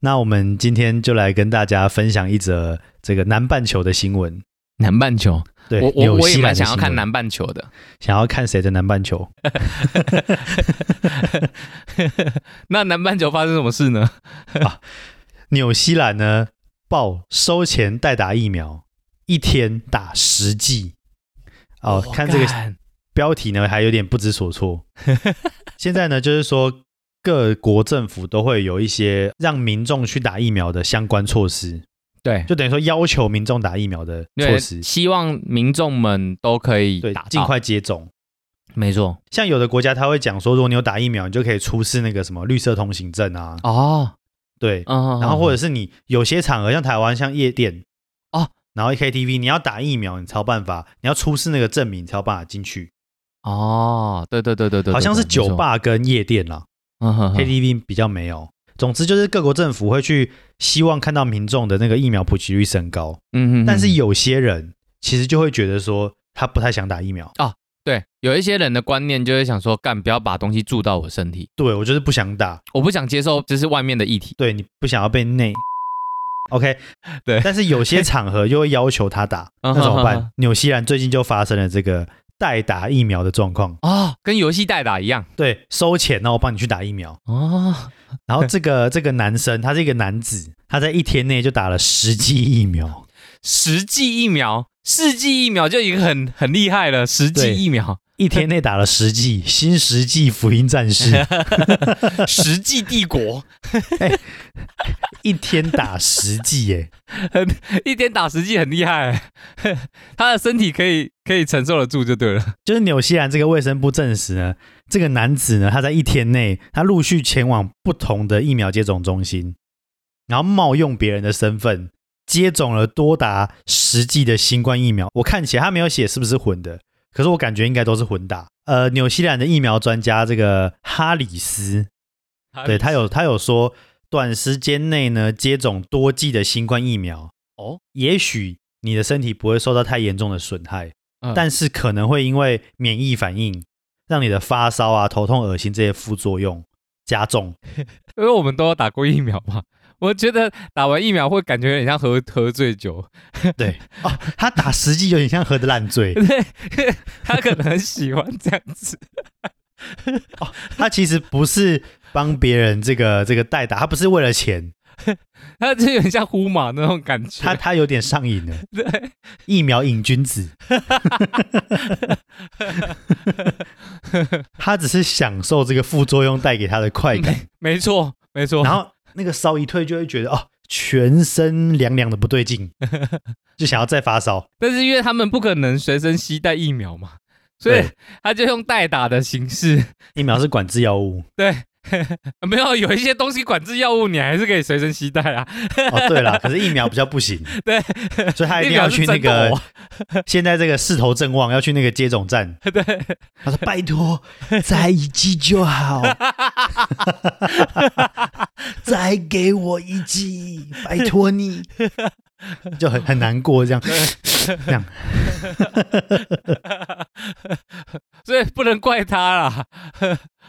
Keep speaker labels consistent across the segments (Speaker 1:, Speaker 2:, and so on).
Speaker 1: 那我们今天就来跟大家分享一则这个南半球的新闻。
Speaker 2: 南半球，
Speaker 1: 对，
Speaker 2: 我我
Speaker 1: 纽
Speaker 2: 我也
Speaker 1: 西兰
Speaker 2: 蛮
Speaker 1: 的
Speaker 2: 想要
Speaker 1: 新
Speaker 2: 看
Speaker 1: 闻，
Speaker 2: 南半球的。
Speaker 1: 想要看谁的南半球？
Speaker 2: 那南半球发生什么事呢？
Speaker 1: 纽西兰呢，报收钱代打疫苗，一天打十剂。哦，
Speaker 2: 我
Speaker 1: 看这个
Speaker 2: 干
Speaker 1: 标题呢，还有点不知所措。 现在呢，就是说各国政府都会有一些让民众去打疫苗的相关措施，
Speaker 2: 对，
Speaker 1: 就等于说要求民众打疫苗的措
Speaker 2: 对
Speaker 1: 施，
Speaker 2: 希望民众们都可以
Speaker 1: 对
Speaker 2: 打，到
Speaker 1: 尽快接种。
Speaker 2: 没错
Speaker 1: 像有的国家他会讲说，如果你有打疫苗，你就可以出示那个什么绿色通行证啊，
Speaker 2: 哦，
Speaker 1: 对。
Speaker 2: 嗯，
Speaker 1: 然后或者
Speaker 2: 者
Speaker 1: 是你有些场合，像台湾像夜店
Speaker 2: 哦，
Speaker 1: 然后 KTV，你要打疫苗，你才有办法，你要出示那个证明，你才有办法进去。
Speaker 2: 哦，对对对对对，
Speaker 1: 好像是
Speaker 2: 对对没
Speaker 1: 酒
Speaker 2: 错
Speaker 1: 吧跟夜店啊啦，
Speaker 2: 嗯哼哼
Speaker 1: KTV 比较没有。总之就是各国政府会去希望看到民众的那个疫苗普及率升高，
Speaker 2: 嗯哼，
Speaker 1: 但是
Speaker 2: 嗯
Speaker 1: 有些人其实就会觉得说他不太想打疫苗，
Speaker 2: 对有一些人的观念就会想说，干不要把东西注到我身体，
Speaker 1: 对我就是不想打，
Speaker 2: 我不想接受就是外面的议题。
Speaker 1: 对你不想要被 内。OK，
Speaker 2: 对
Speaker 1: 但是有些场合又会要求他打，那
Speaker 2: 嗯
Speaker 1: 怎么
Speaker 2: 哼哼
Speaker 1: 办？纽西兰最近就发生了这个代打疫苗的状况，
Speaker 2: 哦，跟游戏代打一样
Speaker 1: 对，收钱然后帮你去打疫苗，
Speaker 2: 哦，
Speaker 1: 然后这 个这个男生他是一个男子，他在一天内就打了十剂疫苗，
Speaker 2: 十剂疫苗、四剂疫苗就已经很很厉害了，十剂
Speaker 1: 对
Speaker 2: 疫苗、
Speaker 1: 一天内打了十剂，新十剂福音战 士，
Speaker 2: 十剂帝国，
Speaker 1: 一天打十剂耶，
Speaker 2: 一天打十剂很厉害， 他的身体可以可以承受得住就对了。
Speaker 1: 就是纽西兰这个卫生部证实呢，这个男子呢，他在一天内，他陆续前往不同的疫苗接种中心，然后冒用别人的身份接种了多达十剂的新冠疫苗。我看起来他没有写是不是混的，可是我感觉应该都是混打。呃，纽西兰的疫苗专家这个哈里斯，对他有他有说，短时间内呢接种多剂的新冠疫苗，
Speaker 2: 哦，
Speaker 1: 也许你的身体不会受到太严重的损害，
Speaker 2: 嗯
Speaker 1: 但是可能会因为免疫反应，让你的发烧啊、头痛、恶心这些副作用加 重。
Speaker 2: 因为我们都有打过疫苗嘛，我觉得打完疫苗会感觉有点像喝喝醉酒，
Speaker 1: 对，哦，他打十剂有点像喝的烂醉，
Speaker 2: 他可能很喜欢这样子。
Speaker 1: 他其实不是帮别人这个这个代打，他不是为了钱，
Speaker 2: 他就有点像呼马那种感觉。
Speaker 1: 他他有点上瘾了，
Speaker 2: 对，
Speaker 1: 疫苗瘾君 子，他只是享受这个副作用带给他的快感，
Speaker 2: 没错，没错。
Speaker 1: 然后那个烧一退就会觉得哦，全身凉凉的不对 劲，就想要再发烧。
Speaker 2: 但是因为他们不可能随身携带疫苗嘛，所以
Speaker 1: 对
Speaker 2: 他就用代打的形式。
Speaker 1: 疫苗是管制药 物
Speaker 2: 对，呃没有有一些东西管制药物，你还是可以随身携带啊。
Speaker 1: 哦，对啦，可是疫苗比较不行，
Speaker 2: 对，
Speaker 1: 所以他一
Speaker 2: 疫
Speaker 1: 定
Speaker 2: 苗
Speaker 1: 要
Speaker 2: 是
Speaker 1: 去那
Speaker 2: 真的
Speaker 1: 个
Speaker 2: 哦。
Speaker 1: 现在这个势头正旺，要去那个接种站。
Speaker 2: 对，
Speaker 1: 他说：“拜托，再一剂就好， 再给我一剂，拜托你。” 就很很难过这样。
Speaker 2: 所以不能怪他啦。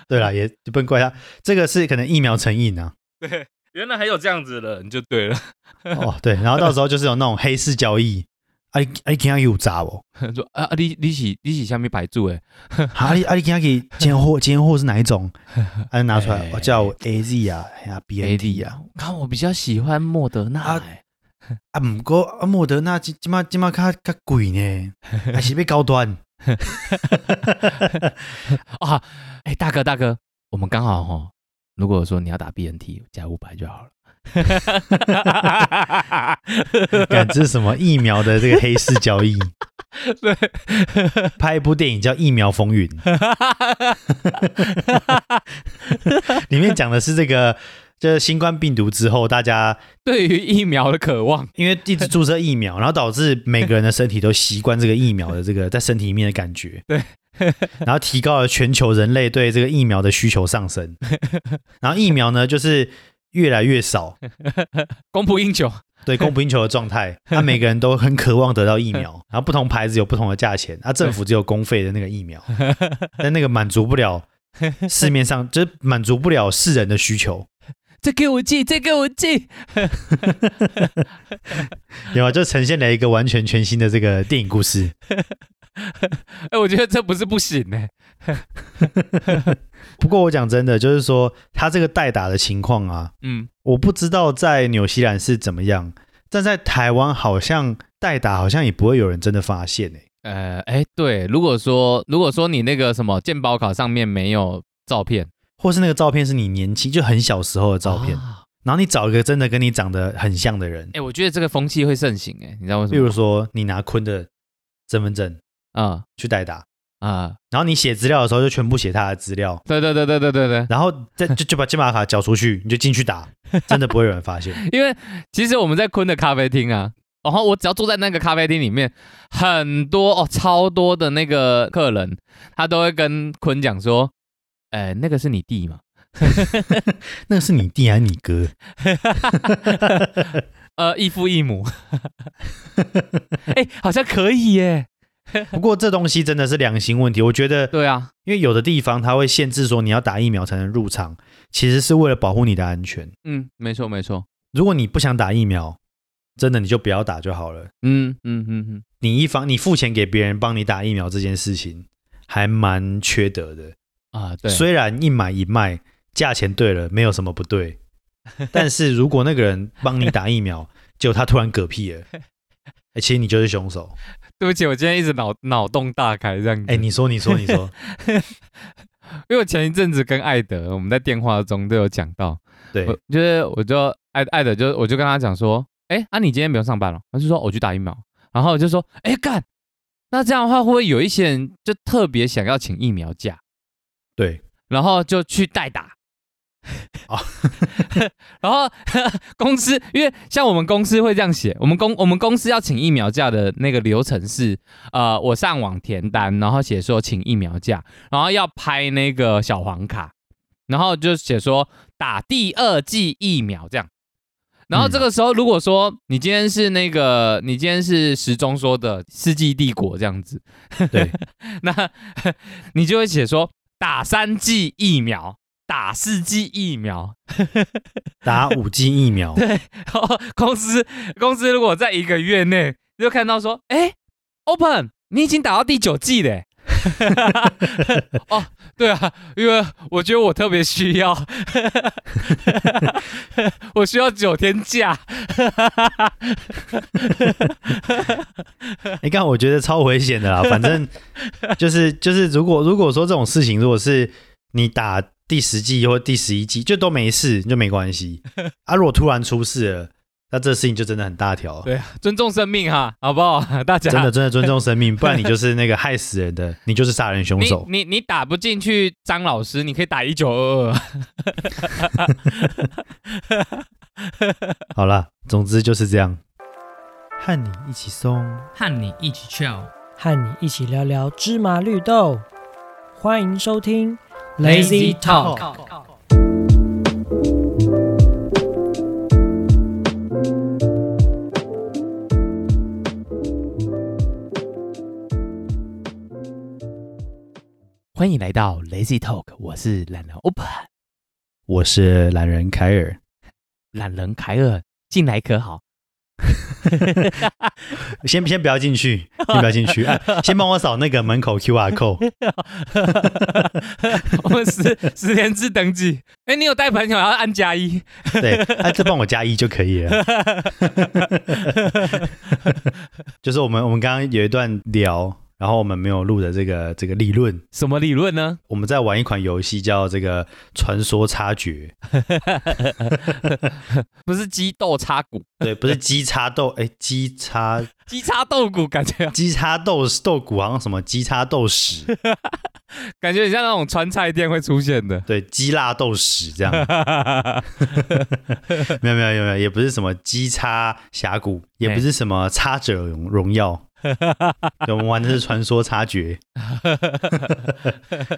Speaker 1: 对啦，也就不能怪他，这个是可能疫苗成瘾啊。
Speaker 2: 对，原来还有这样子的人就对了。
Speaker 1: 哦，对，然后到时候就是有那种黑市交易。啊你啊你今天有砸哦？
Speaker 2: 说啊，你你是你是下面白住哎，
Speaker 1: 啊你啊你今天给今 货今货是哪一种？啊拿出来，
Speaker 2: 哎
Speaker 1: 我叫我 A Z 啊，哎呀 B N T 啊，
Speaker 2: 看我比较喜欢莫德纳、
Speaker 1: 啊
Speaker 2: 欸
Speaker 1: 啊，毋过啊，莫德纳即即马即马较较贵 呢，还是要高端。
Speaker 2: 啊，哎、大哥大哥，我们刚好哦，如果说你要打 BNT 加五百就好了。
Speaker 1: 感知什么疫苗的这个黑市交易？
Speaker 2: 对，
Speaker 1: 拍一部电影叫《疫苗风云》，里面讲的是这个，就是新冠病毒之后，大家
Speaker 2: 对于疫苗的渴望，
Speaker 1: 因为一直注射疫苗，然 后导致每个人的身体都习惯这个疫苗的这个在身体里面的感觉，
Speaker 2: 对，
Speaker 1: 然后提高了全球人类对这个疫苗的需求上升，然后疫苗呢就是越来越少，
Speaker 2: 供不应求。
Speaker 1: 对供不应求的状态，那、每个人都很渴望得到疫苗，然后不同牌子有不同的价钱，那、政府只有公费的那个疫苗， 但那个满足不了市面上，就是满足不了世人的需求，
Speaker 2: 再给我寄，再给我寄。
Speaker 1: 有啊，就呈现了一个完全全新的这个电影故事。
Speaker 2: 哎、我觉得这不是不行欸呢、
Speaker 1: 不过我讲真的，就是说他这个代打的情况啊，
Speaker 2: 嗯，
Speaker 1: 我不知道在纽西兰是怎么样，但在台湾好像代打好像也不会有人真的发现欸诶、
Speaker 2: 呃，哎、对，如果说如果说你那个什么鉴宝卡上面没有照片，
Speaker 1: 或是那个照片是你年轻就很小时候的照片，
Speaker 2: 哎、
Speaker 1: 然后你找一个真的跟你长得很像的人，
Speaker 2: 诶哎我觉得这个风气会盛行、哎，你知道为什
Speaker 1: 比
Speaker 2: 么
Speaker 1: 如
Speaker 2: 吗？
Speaker 1: 说你拿坤的身份证
Speaker 2: 啊
Speaker 1: 去代打，
Speaker 2: 啊、
Speaker 1: 然后你写资料的时候就全部写他的资 料，
Speaker 2: 对对对对对对对，
Speaker 1: 然后再就就把金马卡缴出去，你就进去打，真的不会有人发现。
Speaker 2: 因为其实我们在坤的咖啡厅啊，然后我只要坐在那个咖啡厅里面，很多哦，超多的那个客人，他都会跟坤讲说，呃，那个是你弟嘛？
Speaker 1: 那是你弟还是你哥？
Speaker 2: 呃，异父异母， 哎、好像可以耶。
Speaker 1: 不过这东西真的是良心问题，我觉得，
Speaker 2: 对啊，
Speaker 1: 因为有的地方它会限制说你要打疫苗才能入场，其实是为了保护你的安全。
Speaker 2: 嗯，没错没错，
Speaker 1: 如果你不想打疫苗，真的你就不要打就好了。
Speaker 2: 嗯嗯嗯嗯，
Speaker 1: 你一方你付钱给别人帮你打疫苗这件事情，还蛮缺德的。
Speaker 2: 啊，对，
Speaker 1: 虽然一买一卖，价钱对了，没有什么不对，但是如果那个人帮你打疫苗，结果他突然嗝屁了，哎，其实你就是凶手。
Speaker 2: 对不起，我今天一直脑脑洞大开这样子。
Speaker 1: 哎，你说，你说，你说，
Speaker 2: 因为我前一阵子跟艾德我们在电话中都有讲到，
Speaker 1: 对
Speaker 2: 我，就是我就艾艾德就我就跟他讲说，哎，啊你今天不用上班了，他就说哦我去打疫苗，然后我就说，哎干，那这样的话会不会有一些人就特别想要请疫苗假，
Speaker 1: 对，
Speaker 2: 然后就去代打？
Speaker 1: 哦
Speaker 2: 然后公司因为像我们公司会这样写，我们公我们公司要请疫苗假的那个流程是，呃，我上网填单，然后写说请疫苗假，然后要拍那个小黄卡，然后就写说打第二剂疫苗这样。然后这个时候，如果说你今天是那个，你今天是时钟说的《世纪帝国》这样子，
Speaker 1: 对，
Speaker 2: 那 你就会写说打三剂疫苗，打四剂疫苗。
Speaker 1: 打五剂疫苗，
Speaker 2: 然后 公司公司如果在一个月内就看到说，哎，Open，你已经打到第九季嘞。 哦，对啊，因为我觉得我特别需要， 我需要九天假。
Speaker 1: 你看，我觉得超危险的啦。反正就是就是，如果如果说这种事情，如果是你打第十季或第十一季，就都没事，就没关 系啊。如果突然出事了，那这事情就真的很大条，
Speaker 2: 对啊，尊重生命哈，好不好？大家
Speaker 1: 真的真的尊重生命，不然你就是那个害死人的，你就是杀人凶
Speaker 2: 你
Speaker 1: 手。
Speaker 2: 你你打不进去张老师，你可以打一九二二。
Speaker 1: 好啦，总之就是这样，和你一起松，
Speaker 2: 和你一起 chill。
Speaker 3: 和你一起聊聊芝麻绿豆。欢迎收听
Speaker 2: Lazy Talk 欢迎来到 Lazy Talk，我是懒人哦 Open，
Speaker 1: 我是懒人凯尔。
Speaker 2: 懒人凯尔，进来可好？
Speaker 1: 先先不要进去，先不要进去，啊、先帮我扫那个门口 QR code。
Speaker 2: 我们十十连制登记。哎，你有带朋友要按加 一。
Speaker 1: 对，他这帮我加一就可以了。就是我们我们刚刚有一段聊，然后我们没有录的这个这个理论，
Speaker 2: 什么理论呢？
Speaker 1: 我们在玩一款游戏叫这个《传说插绝
Speaker 2: 不是鸡豆插骨，》，
Speaker 1: 对，不是鸡叉豆，哎，鸡叉
Speaker 2: 鸡插豆骨，感觉
Speaker 1: 鸡叉豆豆骨好像什么鸡叉豆屎，
Speaker 2: 感觉很像那种川菜店会出现 的。
Speaker 1: 对，鸡辣豆屎这样，没有没有没有没有，也不是什么鸡叉峡谷，也不是什么插者荣荣耀，对我们玩的是《传说插绝》。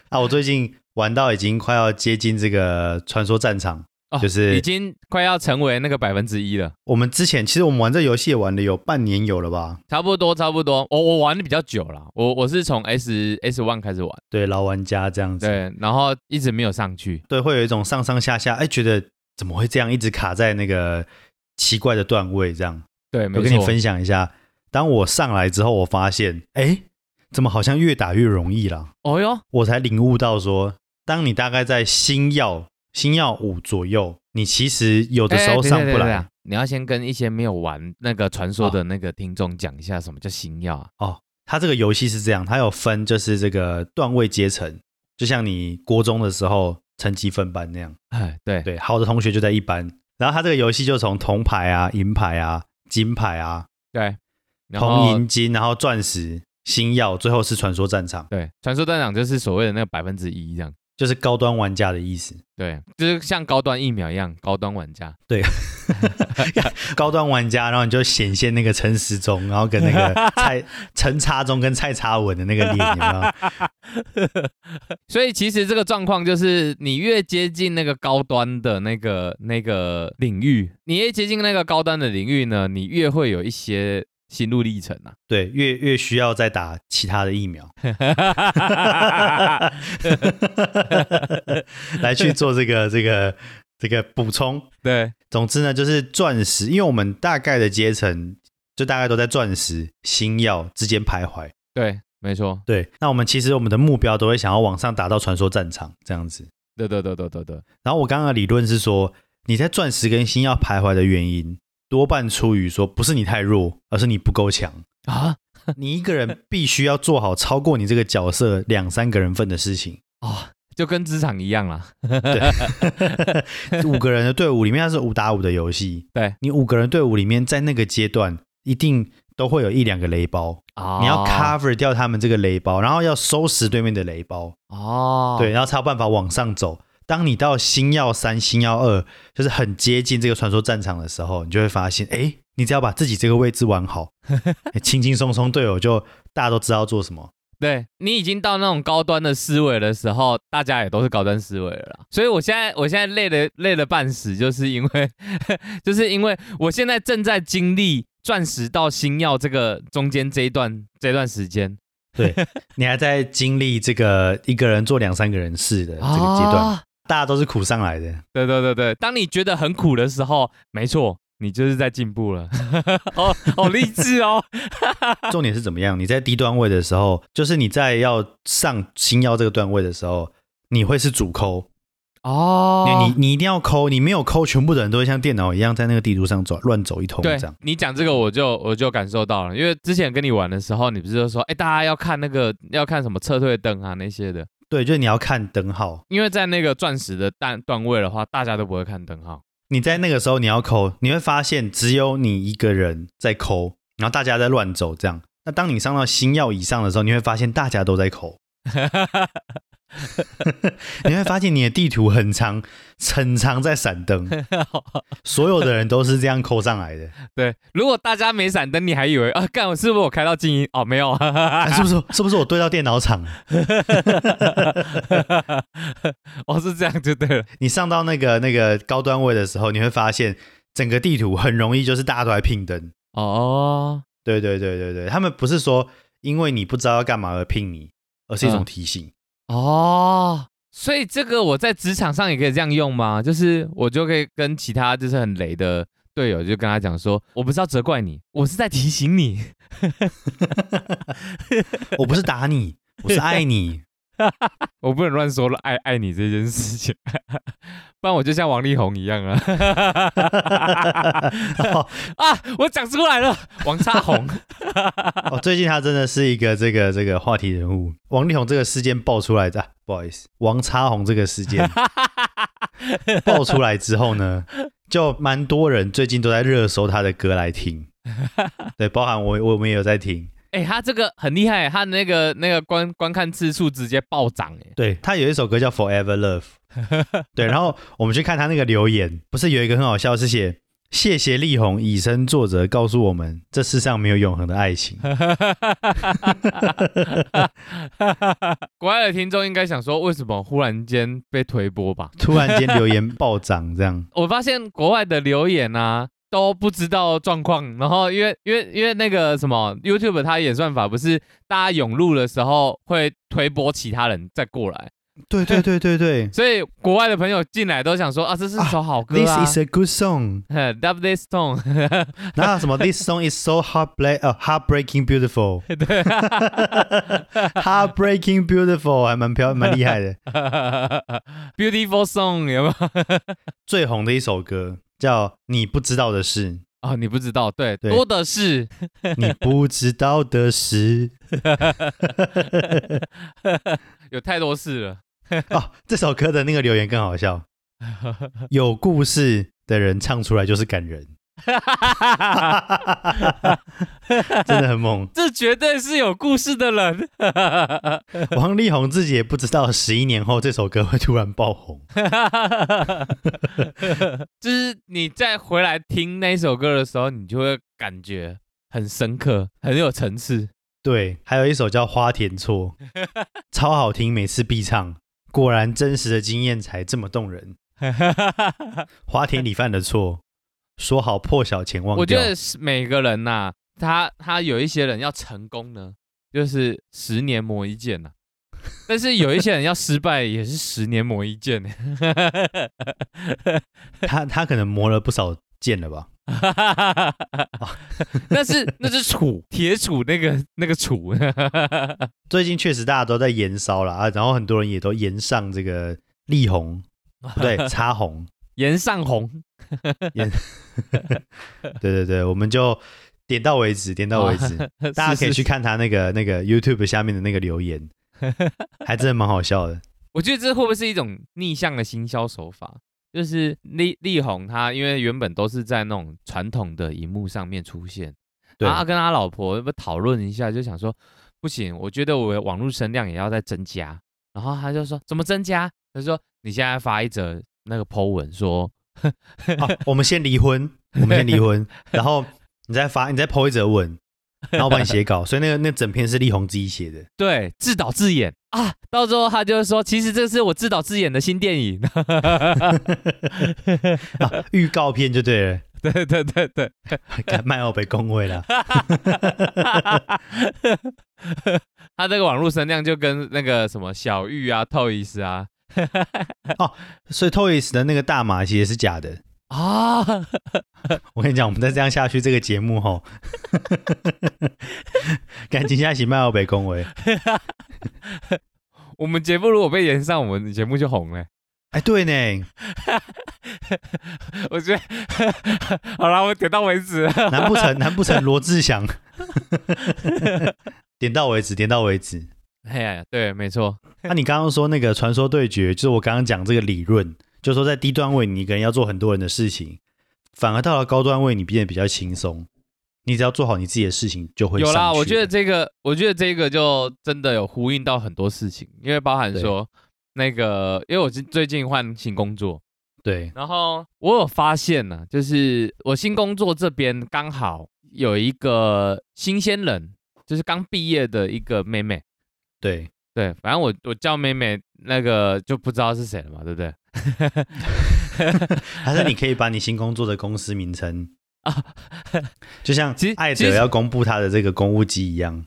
Speaker 1: 啊，我最近玩到已经快要接近这个传说战场，
Speaker 2: 哦
Speaker 1: 就是
Speaker 2: 已经快要成为那个百分之一了，
Speaker 1: 我们之前其实我们玩这游戏也玩了有半年有了吧？
Speaker 2: 差不多差不多。我我玩的比较久了，我我是从 S S one 开始玩，
Speaker 1: 对，老玩家这样子，
Speaker 2: 对，然后一直没有上去。
Speaker 1: 对，会有一种上上下下，哎，觉得怎么会这样一直卡在那个奇怪的段位？这样，
Speaker 2: 对，
Speaker 1: 我
Speaker 2: 没
Speaker 1: 跟你
Speaker 2: 错，
Speaker 1: 分享一下，当我上来之后，我发现，哎，怎么好像越打越容易啦？
Speaker 2: 哦哟，
Speaker 1: 我才领悟到说，当你大概在星耀星耀五左右，你其实有的时
Speaker 2: 哎
Speaker 1: 候
Speaker 2: 等一下
Speaker 1: 上
Speaker 2: 等一
Speaker 1: 不
Speaker 2: 下
Speaker 1: 来、
Speaker 2: 等一下你要先跟一些没有玩那个传说的那个听众讲一下什么叫星耀啊？
Speaker 1: 哦。它这个游戏是这样，它有分就是这个段位阶层，就像你国中的时候成绩分班那样。
Speaker 2: 哎，对，
Speaker 1: 对，好的同学就在一班。然后他这个游戏就从铜牌啊、银牌啊、金牌啊、
Speaker 2: 对，然
Speaker 1: 铜
Speaker 2: 后
Speaker 1: 银金，然后钻石、星耀，最后是传说战场，
Speaker 2: 对，传说队长就是所谓的那个百分之一这样，
Speaker 1: 就是高端玩家的意思。
Speaker 2: 对，就是像高端疫苗一样，高端玩家，
Speaker 1: 高端玩家，然后你就显现那个陈时中，然后跟那 个蔡陈插中跟蔡插文的那个脸，有没有？
Speaker 2: 所以其实这个状况就是，你越接近那个高端的那个那个领域，你越接近那个高端的领域呢，你越会有一些心路历程啊。
Speaker 1: 对，越越需要再打其他的疫苗， 来去做这个这个这个补充。
Speaker 2: 对，
Speaker 1: 总之呢，就是钻石，因为我们大概的阶层就大概都在钻石、星耀之间徘徊。
Speaker 2: 对，没错，
Speaker 1: 对，那我们其实我们的目标都会想要往上打到传说战场这样子。
Speaker 2: 对对对对对对，
Speaker 1: 然后我刚刚的理论是说，你在钻石跟星耀徘徊的原因，多半出于说不是你太弱，而是你不够强。
Speaker 2: 啊
Speaker 1: 你一个人必须要做好超过你这个角色两三个人份的事情。
Speaker 2: 哦，就跟职场一样啦。
Speaker 1: 五个人的队伍里面，它是五打五的游戏，
Speaker 2: 对
Speaker 1: 你五个人队伍里面，在那个阶段一定都会有一两个雷包。
Speaker 2: 啊
Speaker 1: 你要 cover 掉他们这个雷包，然后要收拾对面的雷包，
Speaker 2: 哦，
Speaker 1: 对，，然后才有办法往上走。当你到星耀三、星耀二，就是很接近这个传说战场的时候，你就会发现，哎，你只要把自己这个位置玩好，诶轻轻松松，队友就大家都知道做什么。
Speaker 2: 对你已经到那种高端的思维的时候，大家也都是高端思维了啦。所以我现在我现在累的累的半死，就是因为 就是因为我现在正在经历钻石到星耀这个中间这一段这段时间
Speaker 1: 你还在经历这个一个人做两三个人事的这个阶段，
Speaker 2: 啊
Speaker 1: 大家都是苦上来的。
Speaker 2: 对对对对，当你觉得很苦的时候，没错，你就是在进步了。 哦，好励志哦。
Speaker 1: 重点是怎么样？你在低段位的时候，就是你在要上星耀这个段位的时候，你会是主抠，你
Speaker 2: 哦
Speaker 1: 你，你一定要抠，你没有抠，全部的人都会像电脑一样在那个地图上走乱走一通这
Speaker 2: 对
Speaker 1: 样。
Speaker 2: 你讲这个，我就我就感受到了，因为之前跟你玩的时候，你不是就说，哎，大家要看那个要看什么撤退灯啊那些的，
Speaker 1: 对，就是你要看灯号，
Speaker 2: 因为在那个钻石的段段位的话，大家都不会看灯号。
Speaker 1: 你在那个时候你要抠，你会发现只有你一个人在抠，然后大家在乱走这样。那当你上到星耀以上的时候，你会发现大家都在 抠，你会发现你的地图很长，很长在闪 灯，所有的人都是这样抠上来的。
Speaker 2: 对，如果大家没闪灯，你还以为啊，干我是不是我开到静音？哦，没有，
Speaker 1: 啊、 是不是？是不是我对到电脑场了？
Speaker 2: 哦是这样就对了。
Speaker 1: 你上到那个那个高段位的时候，你会发现整个地图很容易就是大家都在拼灯。
Speaker 2: 哦
Speaker 1: 对对对对对，他们不是说因为你不知道要干嘛而拼你，而是一种提醒。
Speaker 2: 哦，所以这个我在职场上也可以这样用吗？就是我就可以跟其他就是很雷的队友就跟他讲说，我不是要责怪你，我是在提醒你。
Speaker 1: 我不是打你，我是爱你。
Speaker 2: 我不能乱说了，爱爱你这件事情， 不然我就像王力宏一样啊！
Speaker 1: 哦
Speaker 2: 啊，我讲出来了，王差宏。
Speaker 1: 哦，最近他真的是一个这个这个话题人物。王力宏这个事件爆出来的、啊不好意思，王差宏这个事件爆出来之后呢，就蛮多人最近都在热搜他的歌来听。对，包含我我们也有在听。
Speaker 2: 哎、他这个很厉害，他那个那个观观看次数直接暴涨哎、
Speaker 1: 对他有一首歌叫《Forever Love》，对，然后我们去看他那个留言，不是有一个很好笑，是写谢谢力宏以身作则，告诉我们这世上没有永恒的爱 情。
Speaker 2: 国外的听众应该想说，为什么忽然间被推播吧？
Speaker 1: 突然间留言暴涨，这样
Speaker 2: 我发现国外的留言啊。都不知道状况，然后因为因为因为那个什么 YouTube 它演算法不是大家涌入的时候会推播其他人再过来，
Speaker 1: 对对对对对
Speaker 2: 所以国外的朋友进来都想说啊，这是一首好歌
Speaker 1: ，This
Speaker 2: 啊
Speaker 1: is a good song。
Speaker 2: ，Love this song，
Speaker 1: 然后什么 This song is so heart b l a k 呃 heartbreaking beautiful，
Speaker 2: 对，
Speaker 1: heartbreaking beautiful 还蛮漂蛮厉害的。
Speaker 2: Beautiful song 有没有？
Speaker 1: 最红的一首歌叫《你不知道的 事
Speaker 2: 哦，你不知道，对，
Speaker 1: 对
Speaker 2: 多的是。》，
Speaker 1: 你不知道的事
Speaker 2: 有太多事了。
Speaker 1: 哦。这首歌的那个留言更好笑，有故事的人唱出来就是感人， 真的很猛。
Speaker 2: 这绝对是有故事的人，
Speaker 1: 王力宏自己也不知道，十一年后这首歌会突然爆红。
Speaker 2: 就是你再回来听那首歌的时候，你就会感觉很深刻，很有层次。
Speaker 1: 对，还有一首叫《花田错》， 超好听，每次必唱。果然真实的经验才这么动人。花田里犯的错，说好破晓前忘掉。
Speaker 2: 我觉得是每个人呐、他他有一些人要成功呢，就是十年磨一剑呐、但是有一些人要失败，也是十年磨一剑。
Speaker 1: 他他可能磨了不少剑了吧？
Speaker 2: 那是那是杵铁杵那个那个杵，
Speaker 1: 最近确实大家都在延烧了啊，然后很多人也都延上这个力 宏，不对，插红。
Speaker 2: 岩上红，
Speaker 1: 对对对，我们就点到为止，点到为 止。 大家可以
Speaker 2: 啊是
Speaker 1: 去。
Speaker 2: 是
Speaker 1: 看他那个那个 YouTube 下面的那个留 言，还真的蛮好笑的。
Speaker 2: 我觉得这会不会是一种逆向的行销手法？就是力力宏他因为原本都是在那种传统的荧幕上面出现，
Speaker 1: 对，
Speaker 2: 然后他跟他老婆要不要讨论一下，就想说不行，我觉得我的网络声量也要再增加。然后他就说怎么增加？他说你现在发一则那个 po 文说，
Speaker 1: 哦，我们先离 婚，我们先离婚，然后你再发，你再 po 一则文，然后我帮你写稿。所以那个那整篇是力宏自己写的，
Speaker 2: 对，自导自演啊，到时候他就说，其实这是我自导自演的新电影。
Speaker 1: 啊，预告片就对了。
Speaker 2: 对对对对，
Speaker 1: 干麦奥被恭维了，
Speaker 2: 他这个网络声量就跟那个什么小玉啊、Toys 啊
Speaker 1: 所以 Toys 的那个大马其实是假的。
Speaker 2: 啊，
Speaker 1: 我跟你讲，我们再这样下去，这个节目吼， 赶紧下起麦奥被恭维。
Speaker 2: 我们节目如果被延上，我们节目就红了。
Speaker 1: 哎，对呢，
Speaker 2: 我觉得 好了，我点到为止。
Speaker 1: 难不 成难不成罗志祥？ 点到为止，点到为止。
Speaker 2: 哎呀，对，没错，
Speaker 1: 那、你刚刚说那个传说对决，就是我刚刚讲这个理论，就是说在低段位你一个人要做很多人的事情，反而到了高段位你变得比较轻松，你只要做好你自己的事情就会
Speaker 2: 有啦。
Speaker 1: 上去
Speaker 2: 我觉得这个，我觉得这个就真的有呼应到很多事情，因为包含
Speaker 1: 对
Speaker 2: 说那个，因为我最最近换新工作，
Speaker 1: 对
Speaker 2: 然后我有发现呢、就是我新工作这边刚好有一个新鲜人，就是刚毕业的一个妹妹。
Speaker 1: 对，
Speaker 2: 对，反正我我叫妹妹，那个就不知道是谁了嘛，对不 对？
Speaker 1: 还是你可以把你新工作的公司名称
Speaker 2: 啊
Speaker 1: 就像
Speaker 2: 其实
Speaker 1: 艾
Speaker 2: 其
Speaker 1: 哲
Speaker 2: 实
Speaker 1: 要公布他的这个公务机一样，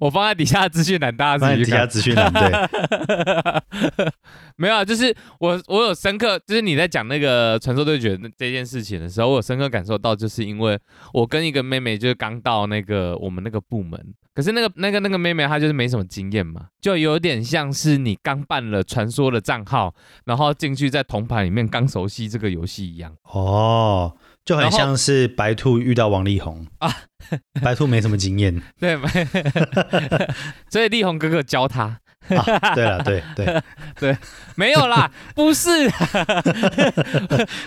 Speaker 2: 我放在底下的资讯栏，大家
Speaker 1: 放
Speaker 2: 自
Speaker 1: 在
Speaker 2: 己
Speaker 1: 底
Speaker 2: 去
Speaker 1: 下
Speaker 2: 看。
Speaker 1: 资讯栏 对
Speaker 2: 没有啊，就是我我有深刻，就是你在讲那个传说对决那这件事情的时候，我有深刻感受到，就是因为我跟一个妹妹就是刚到那个我们那个部门，可是那个那个那个妹妹她就是没什么经验嘛，就有点像是你刚办了传说的账号，然后进去在铜牌里面刚熟悉这个游戏一样。
Speaker 1: 哦，就很
Speaker 2: 然后
Speaker 1: 像是白兔遇到王力宏啊
Speaker 2: 啊，
Speaker 1: 白兔没什么经验
Speaker 2: 对，所以力宏哥哥教他
Speaker 1: 啊，对了对对，
Speaker 2: 没有啦， 不是，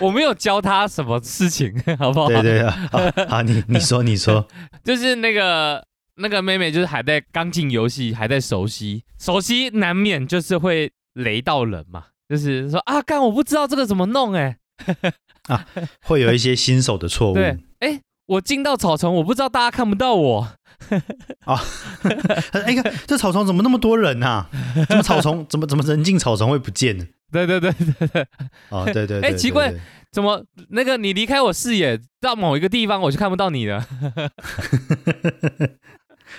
Speaker 2: 我没有教他什么事情，好不好？
Speaker 1: 对对，啊好，好你你说你说，
Speaker 2: 就是那个那个妹妹，就是还在刚进游戏，还在熟悉，熟悉难免就是会雷到人嘛。就是说啊，干我不知道这个怎么弄哎、
Speaker 1: 会有一些新手的错误，
Speaker 2: 对，哎、我进到草丛，我不知道大家看不到我。
Speaker 1: 他说哎、看这草丛怎么那么多人啊？怎么草丛怎么怎么人进草丛会不见呢？
Speaker 2: 对对对对对，
Speaker 1: 哦，对对对
Speaker 2: 哎
Speaker 1: 对
Speaker 2: 奇怪
Speaker 1: 对
Speaker 2: 怎么那个你离开我视野到某一个地方，我就看不到你了。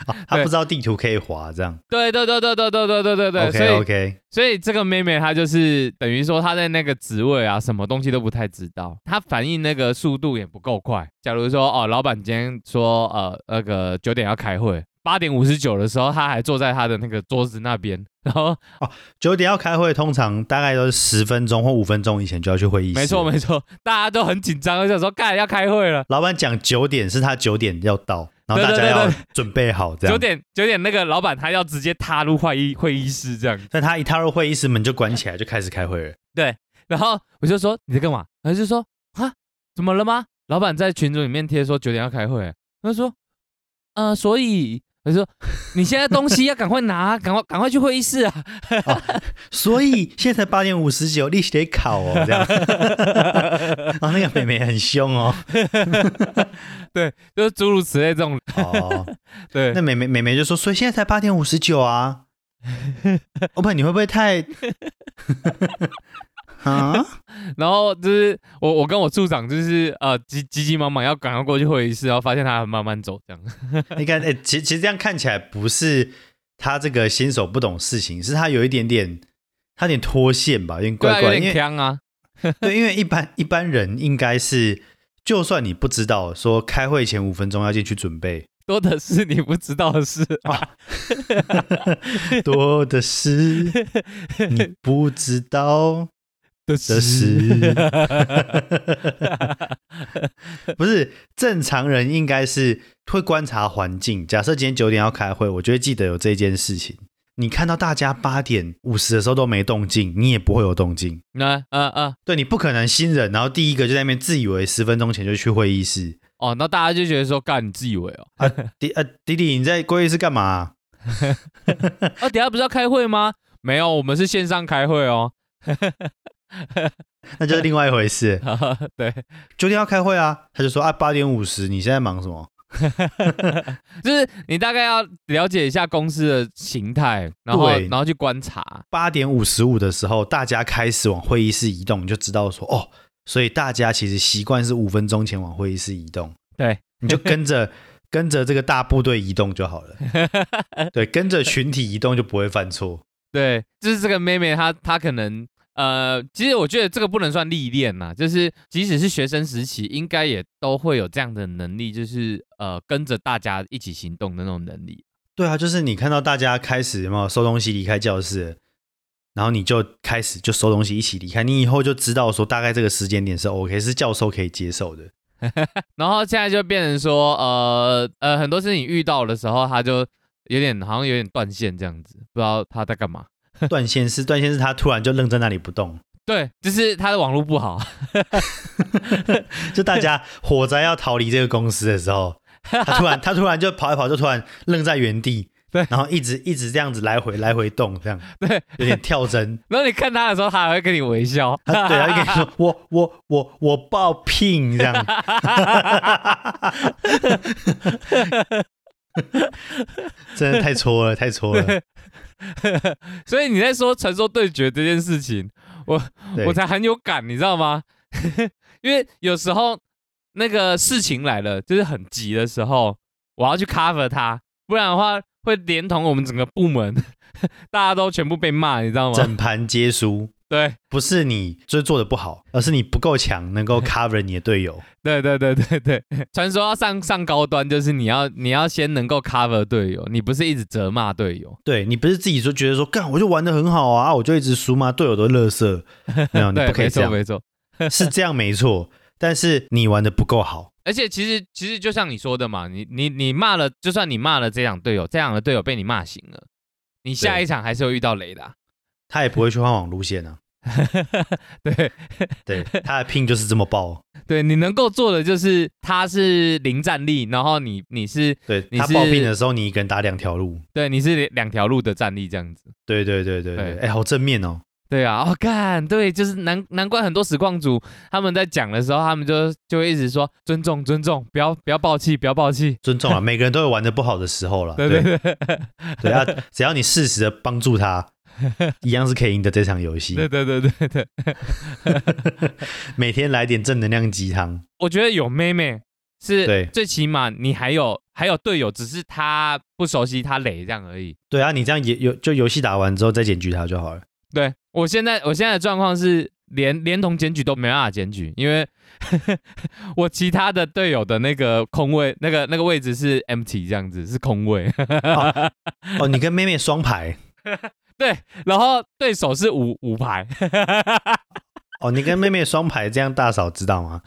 Speaker 1: 啊，他
Speaker 2: 对
Speaker 1: 不知道地图可以滑这样。
Speaker 2: 对对对对对对对对对对，所
Speaker 1: OK
Speaker 2: 以
Speaker 1: OK，
Speaker 2: 所以这个妹妹她就是等于说她在那个职位啊，什么东西都不太知道，她反应那个速度也不够快。假如说哦，老板今天说呃那个九点要开会，八点五十九的时候，她还坐在她的那个桌子那边，然后
Speaker 1: 九点要开会，通常大概都是十分钟或五分钟以前就要去会议室。
Speaker 2: 没错没错，大家都很紧张，就想说干要开会了。
Speaker 1: 老板讲九点是他九点要到，然后
Speaker 2: 对
Speaker 1: 大
Speaker 2: 对
Speaker 1: 家
Speaker 2: 对
Speaker 1: 要
Speaker 2: 对
Speaker 1: 准备好这样。
Speaker 2: 九点九点那个老板他要直接踏入会议会议室这样，
Speaker 1: 但他一踏入会议室，门就关起来，就开始开会了。
Speaker 2: 然后我就说你在干嘛？他就说啊，怎么了吗？老板在群组里面贴说九点要开会，欸他就说呃，所以我就说你现在东西要赶快拿，啊赶快赶快去会议室啊。
Speaker 1: 所以现在八点五十九，历史得考哦， 这样。然后那个妹妹很凶哦，
Speaker 2: 对，就是诸如此类这种。
Speaker 1: 哦，
Speaker 2: 对
Speaker 1: 那，妹妹妹妹就说，所以现在才八点五十九 啊。欧本，你会不会太？啊，
Speaker 2: 然后就是我我跟我处长就是呃急急急忙忙要赶快过去会议室，然后发现他很慢慢走这样。
Speaker 1: 你看，哎、其其实这样看起来不是他这个新手不懂事情，是他有一点点，他有点脱线吧，有点
Speaker 2: 对啊，
Speaker 1: 怪怪，
Speaker 2: 有
Speaker 1: 因为
Speaker 2: 点呛啊。
Speaker 1: 对，因为一般一般人应该是，就算你不知道说开会前五分钟要进去准备，
Speaker 2: 多的是你不知道的事啊！
Speaker 1: 多的 是你不知道
Speaker 2: 的
Speaker 1: 的事。 不是正常人应该是会观察环境。假设今天九点要开会，我就会记得有这件事情。你看到大家八点五十的时候都没动静，你也不会有动静。
Speaker 2: 那呃呃
Speaker 1: 对你不可能新人，然后第一个就在那边自以为十分钟前就去会议室，
Speaker 2: 哦，那大家就觉得说，干你自以为哦，
Speaker 1: 弟呃，弟弟，你在会议室干嘛、
Speaker 2: 啊，等一下不是要开会吗？没有，我们是线上开会哦。
Speaker 1: 那就是另外一回事。
Speaker 2: 对，
Speaker 1: 九点要开会啊，他就说啊，八点五十，你现在忙什么？
Speaker 2: 就是你大概要了解一下公司的形态，然后
Speaker 1: 对
Speaker 2: 然后去观察。
Speaker 1: 八点五十五的时候，大家开始往会议室移动，你就知道说哦，所以大家其实习惯是五分钟前往会议室移动。
Speaker 2: 对，
Speaker 1: 你就跟着跟着这个大部队移动就好了。对，跟着群体移动就不会犯错。
Speaker 2: 对，就是这个妹妹她她可能呃，其实我觉得这个不能算历练呐，就是即使是学生时期，应该也都会有这样的能力，就是呃跟着大家一起行动的那种能力。
Speaker 1: 对啊，就是你看到大家开始有没有收东西离开教室了，然后你就开始就收东西一起离开，你以后就知道说大概这个时间点是 OK，是教授可以接受的。
Speaker 2: 然后现在就变成说，呃呃，很多事情遇到的时候，他就有点好像有点断线这样子，不知道他在干嘛。
Speaker 1: 断线是断线是他突然就愣在那里不动，
Speaker 2: 对，就是他的网络不好，
Speaker 1: 就大家火灾要逃离这个公司的时 候，他突然他突然就跑一跑，就突然愣在原地，
Speaker 2: 对
Speaker 1: 然后一直一直这样子来回来回动，这样
Speaker 2: 对。
Speaker 1: 有点跳针。
Speaker 2: 然后你看他的时候，他还会跟你微笑。
Speaker 1: 他对，他就跟你说我我我我报聘这样， 真的太戳了，太戳了。
Speaker 2: 所以你在说传说对决这件事情，
Speaker 1: 对
Speaker 2: 我才很有感，你知道吗？ 因为有时候那个事情来了，就是很急的时候，我要去 cover 它，不然的话会连同我们整个部门， 大家都全部被骂，你知道吗？
Speaker 1: 整盘皆输，
Speaker 2: 对，
Speaker 1: 不是你就是做的不好，而是你不够强，能够 cover 你的队友。
Speaker 2: 对对对对对，传说要上上高端，就是你要你要先能够 cover 队友，你不是一直责骂队友，
Speaker 1: 对你不是自己说觉得说干我就玩的很好啊，啊我就一直输吗？队友都乐色，没有你
Speaker 2: 对，
Speaker 1: 不可以
Speaker 2: 没
Speaker 1: 这
Speaker 2: 错
Speaker 1: 样，
Speaker 2: 没错。
Speaker 1: 是这样没错，但是你玩的不够好，
Speaker 2: 而且其实其实就像你说的嘛，你你你骂了，就算你骂了这样队友，这样的队友被你骂醒了，你下
Speaker 1: 对
Speaker 2: 一场还是会遇到雷的啊、
Speaker 1: 他也不会去换网路线啊。
Speaker 2: 对
Speaker 1: 对，他的拼就是这么爆，
Speaker 2: 对，你能够做的就是他是零战力，然后你你是
Speaker 1: 对
Speaker 2: 你
Speaker 1: 他
Speaker 2: 是
Speaker 1: 爆拼的时候，你一个人打两条路。
Speaker 2: 对你是两条路的战力这样子。
Speaker 1: 对对对对对，
Speaker 2: 对
Speaker 1: 哎，好正面哦。
Speaker 2: 对啊，哦，干，对，就是难难怪很多实况组他们在讲的时候，他们就就会一直说尊重尊重，不要不要暴气，不要暴气。
Speaker 1: 尊重啊，每个人都有玩的不好的时候了。
Speaker 2: 对
Speaker 1: 啊对
Speaker 2: 对对
Speaker 1: 对啊，只要你适时的帮助他，一样是可以赢得这场游戏
Speaker 2: 对。对对对对，
Speaker 1: 每天来点正能量鸡汤，
Speaker 2: 我觉得有妹妹是
Speaker 1: 对
Speaker 2: 最起码你还有还有队友，只是他不熟悉他垒这样而已。
Speaker 1: 对啊，你这样也有就游戏打完之后再检举他就好了。
Speaker 2: 对我现在我现在的状况是连连同检举都没办法检举，因为 我其他的队友的那个空位那个那个位置是 empty 这样子是空位，
Speaker 1: 哦，你跟妹妹双排，
Speaker 2: 对，然后对手是五五排，
Speaker 1: 哦，你跟妹妹双排，这样大嫂知道吗？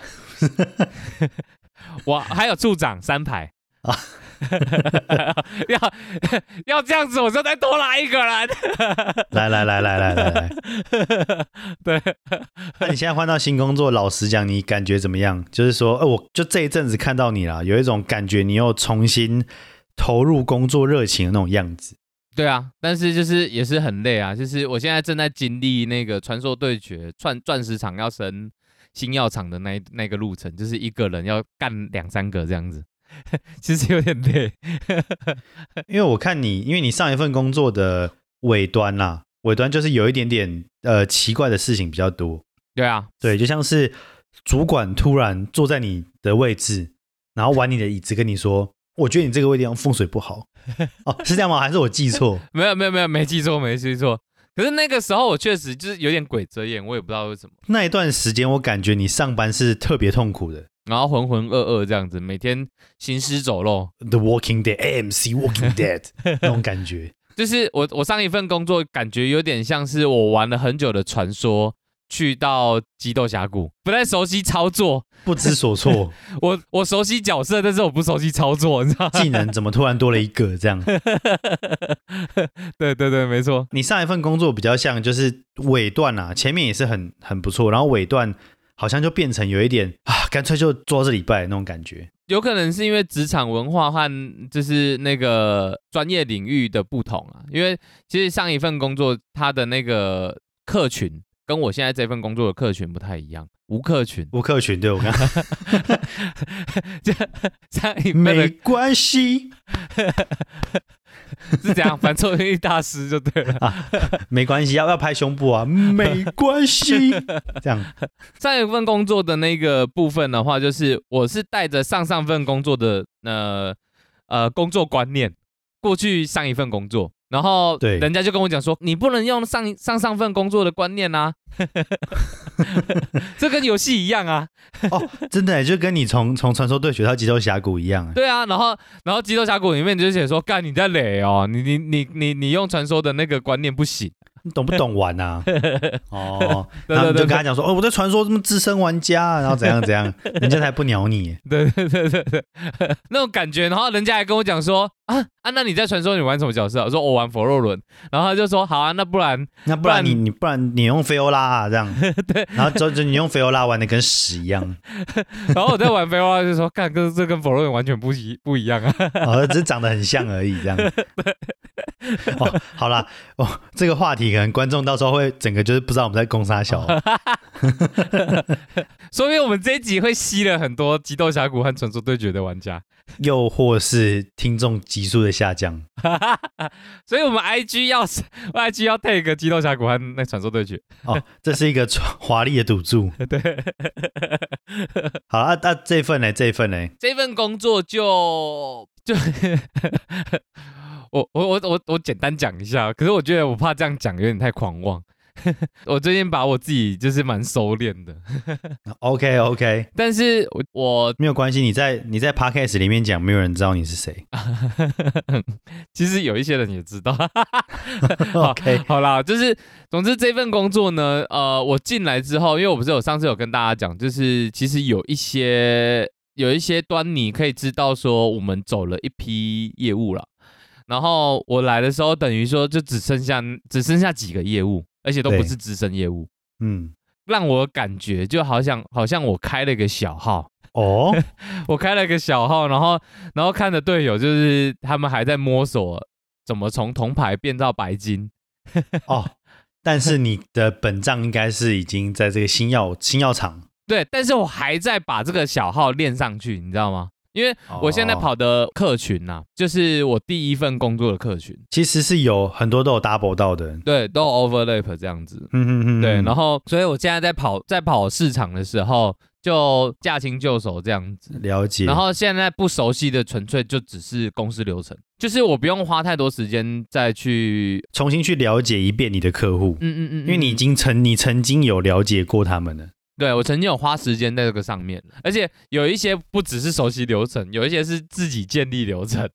Speaker 2: 我还有处长三排
Speaker 1: 啊
Speaker 2: 啊。 要要这样子，我就再多来一个人。
Speaker 1: 来来来来来来来，
Speaker 2: 对，
Speaker 1: 那你现在换到新工作，老实讲，你感觉怎么样？就是说，呃，我就这一阵子看到你啦，有一种感觉，你又重新投入工作热情的那种样子。
Speaker 2: 对啊，但是就是也是很累啊，就是我现在正在经历那个传说对决钻钻石厂要升新药厂的那一那个路程，就是一个人要干两三个这样子， 其实有点累。
Speaker 1: 因为我看你，因为你上一份工作的尾端啦，尾端就是有一点点呃奇怪的事情比较多，
Speaker 2: 对啊，
Speaker 1: 对，就像是主管突然坐在你的位置，然后玩你的椅子，跟你说：“我觉得你这个位地方风水不好。”哦，是这样吗？还是我记错？
Speaker 2: 没有没有没有，没记错没记错。可是那个时候我确实就是有点鬼遮眼，我也不知道为什么，
Speaker 1: 那一段时间，我感觉你上班是特别痛苦的。
Speaker 2: 然后浑浑噩噩这样子，每天行尸走肉。
Speaker 1: The Walking Dead, AMC Walking Dead 那种感觉。
Speaker 2: 就是我我上一份工作感觉有点像是我玩了很久的传说，去到激斗峡谷，不太熟悉操作，
Speaker 1: 不知所措，
Speaker 2: 我我熟悉角色，但是我不熟悉操作，你知道吗？
Speaker 1: 技能怎么突然多了一个？这样，
Speaker 2: 对对对，没错。
Speaker 1: 你上一份工作比较像就是尾段啊，前面也是很很不错，然后尾段好像就变成有一点啊，干脆就做这礼拜那种感觉。。
Speaker 2: 有可能是因为职场文化和就是那个专业领域的不同啊，因为其实上一份工作它的那个客群跟我现在这份工作的客群不太一样，无客群
Speaker 1: 吴克群对我刚刚
Speaker 2: 这上一份
Speaker 1: 没
Speaker 2: 的
Speaker 1: 关系，
Speaker 2: 是怎样反错音大师就对了。
Speaker 1: 没关系，要要拍胸部啊，没关系，这样
Speaker 2: 上一份工作的那个部分的话，就是我是带着上上份工作的呃呃工作观念过去上一份工作，然后
Speaker 1: 对
Speaker 2: 人家就跟我讲说，你不能用上一上上份工作的观念啊， 这跟游戏一样啊，
Speaker 1: 哦，真的耶就跟你从从传说对决到激斗峡谷一样。
Speaker 2: 对啊，然后然后激斗峡谷里面就写说，干你在累哦，你你你你你用传说的那个观念不行，
Speaker 1: 你懂不懂玩 啊？哦，
Speaker 2: 对
Speaker 1: 然后你就
Speaker 2: 对
Speaker 1: 跟
Speaker 2: 对
Speaker 1: 他讲说，哦，我在传说什么资深玩家啊，然后怎样怎 样，人家才不鸟你。
Speaker 2: 对对对对对， 那种感觉。然后人家还跟我讲说，啊啊，那你在传说你玩什么角色啊？我说我玩佛洛伦，然后他就说好啊，那不然
Speaker 1: 那不然
Speaker 2: 不
Speaker 1: 你
Speaker 2: 然
Speaker 1: 你不然你用菲欧拉啊这样， 对，然后之后就你用菲欧拉玩的跟屎一样，
Speaker 2: 然后我在玩飞花就说，看跟这跟否认完全不一不一样啊。
Speaker 1: 哦，只是长得很像而已这样。哦，好啦，哦，这个话题可能观众到时候会整个就是不知道我们在攻杀 小，
Speaker 2: 说明我们这一集会吸了很多《激斗峡谷》和《传说对决》的玩家，
Speaker 1: 又或是听众急速的下降。
Speaker 2: 所以我们 IG 要 IG 要 take 《激斗峡谷》和那《传说对决
Speaker 1: 哦，这是一个华丽的赌注。》。
Speaker 2: 对，
Speaker 1: 好啦，那、啊这份呢？这一份呢？
Speaker 2: 这份工作就就我我我我我简单讲一下，可是我觉得我怕这样讲有点太狂妄。 我最近把我自己就是蛮收敛的，
Speaker 1: OK OK，
Speaker 2: 但是我我
Speaker 1: 没有关系，你在你在 Podcast 里面讲，没有人知道你是 谁。
Speaker 2: 其实有一些人也知道， 好
Speaker 1: OK，
Speaker 2: 好啦，就是总之这份工作呢，呃，我进来之后，因为我不是有上次有跟大家讲，就是其实有一些有一些端倪可以知道说我们走了一批业务了，然后我来的时候等于说就只剩下只剩下几个业务，而且都不
Speaker 1: 对
Speaker 2: 是资深业务，
Speaker 1: 嗯，
Speaker 2: 让我感觉就好像好像我开了个小号，
Speaker 1: 哦，
Speaker 2: 我开了个小号，然后然后看着队友就是他们还在摸索怎么从铜牌变到白金。
Speaker 1: 哦，但是你的本账应该是已经在这个新药新药厂。
Speaker 2: 对，但是我还在把这个小号练上去，你知道吗？因为我现在
Speaker 1: 哦，
Speaker 2: 跑的客群呐、就是我第一份工作的客群，
Speaker 1: 其实是有很多都有 double 到的。
Speaker 2: 对，都 overlap 这样子。
Speaker 1: 嗯嗯嗯，
Speaker 2: 对，
Speaker 1: 嗯
Speaker 2: 然后所以我现在在跑在跑市场的时候，就驾轻就熟这样子。
Speaker 1: 了解。
Speaker 2: 然后现在不熟悉的，纯粹就只是公司流程，就是我不用花太多时间再去，
Speaker 1: 重新去了解一遍你的客户，
Speaker 2: 嗯嗯嗯，嗯
Speaker 1: 因为你已经曾你曾经有了解过他们了。
Speaker 2: 对我曾经有花时间在这个上面，而且有一些不只是熟悉流程，有一些是自己建立流程。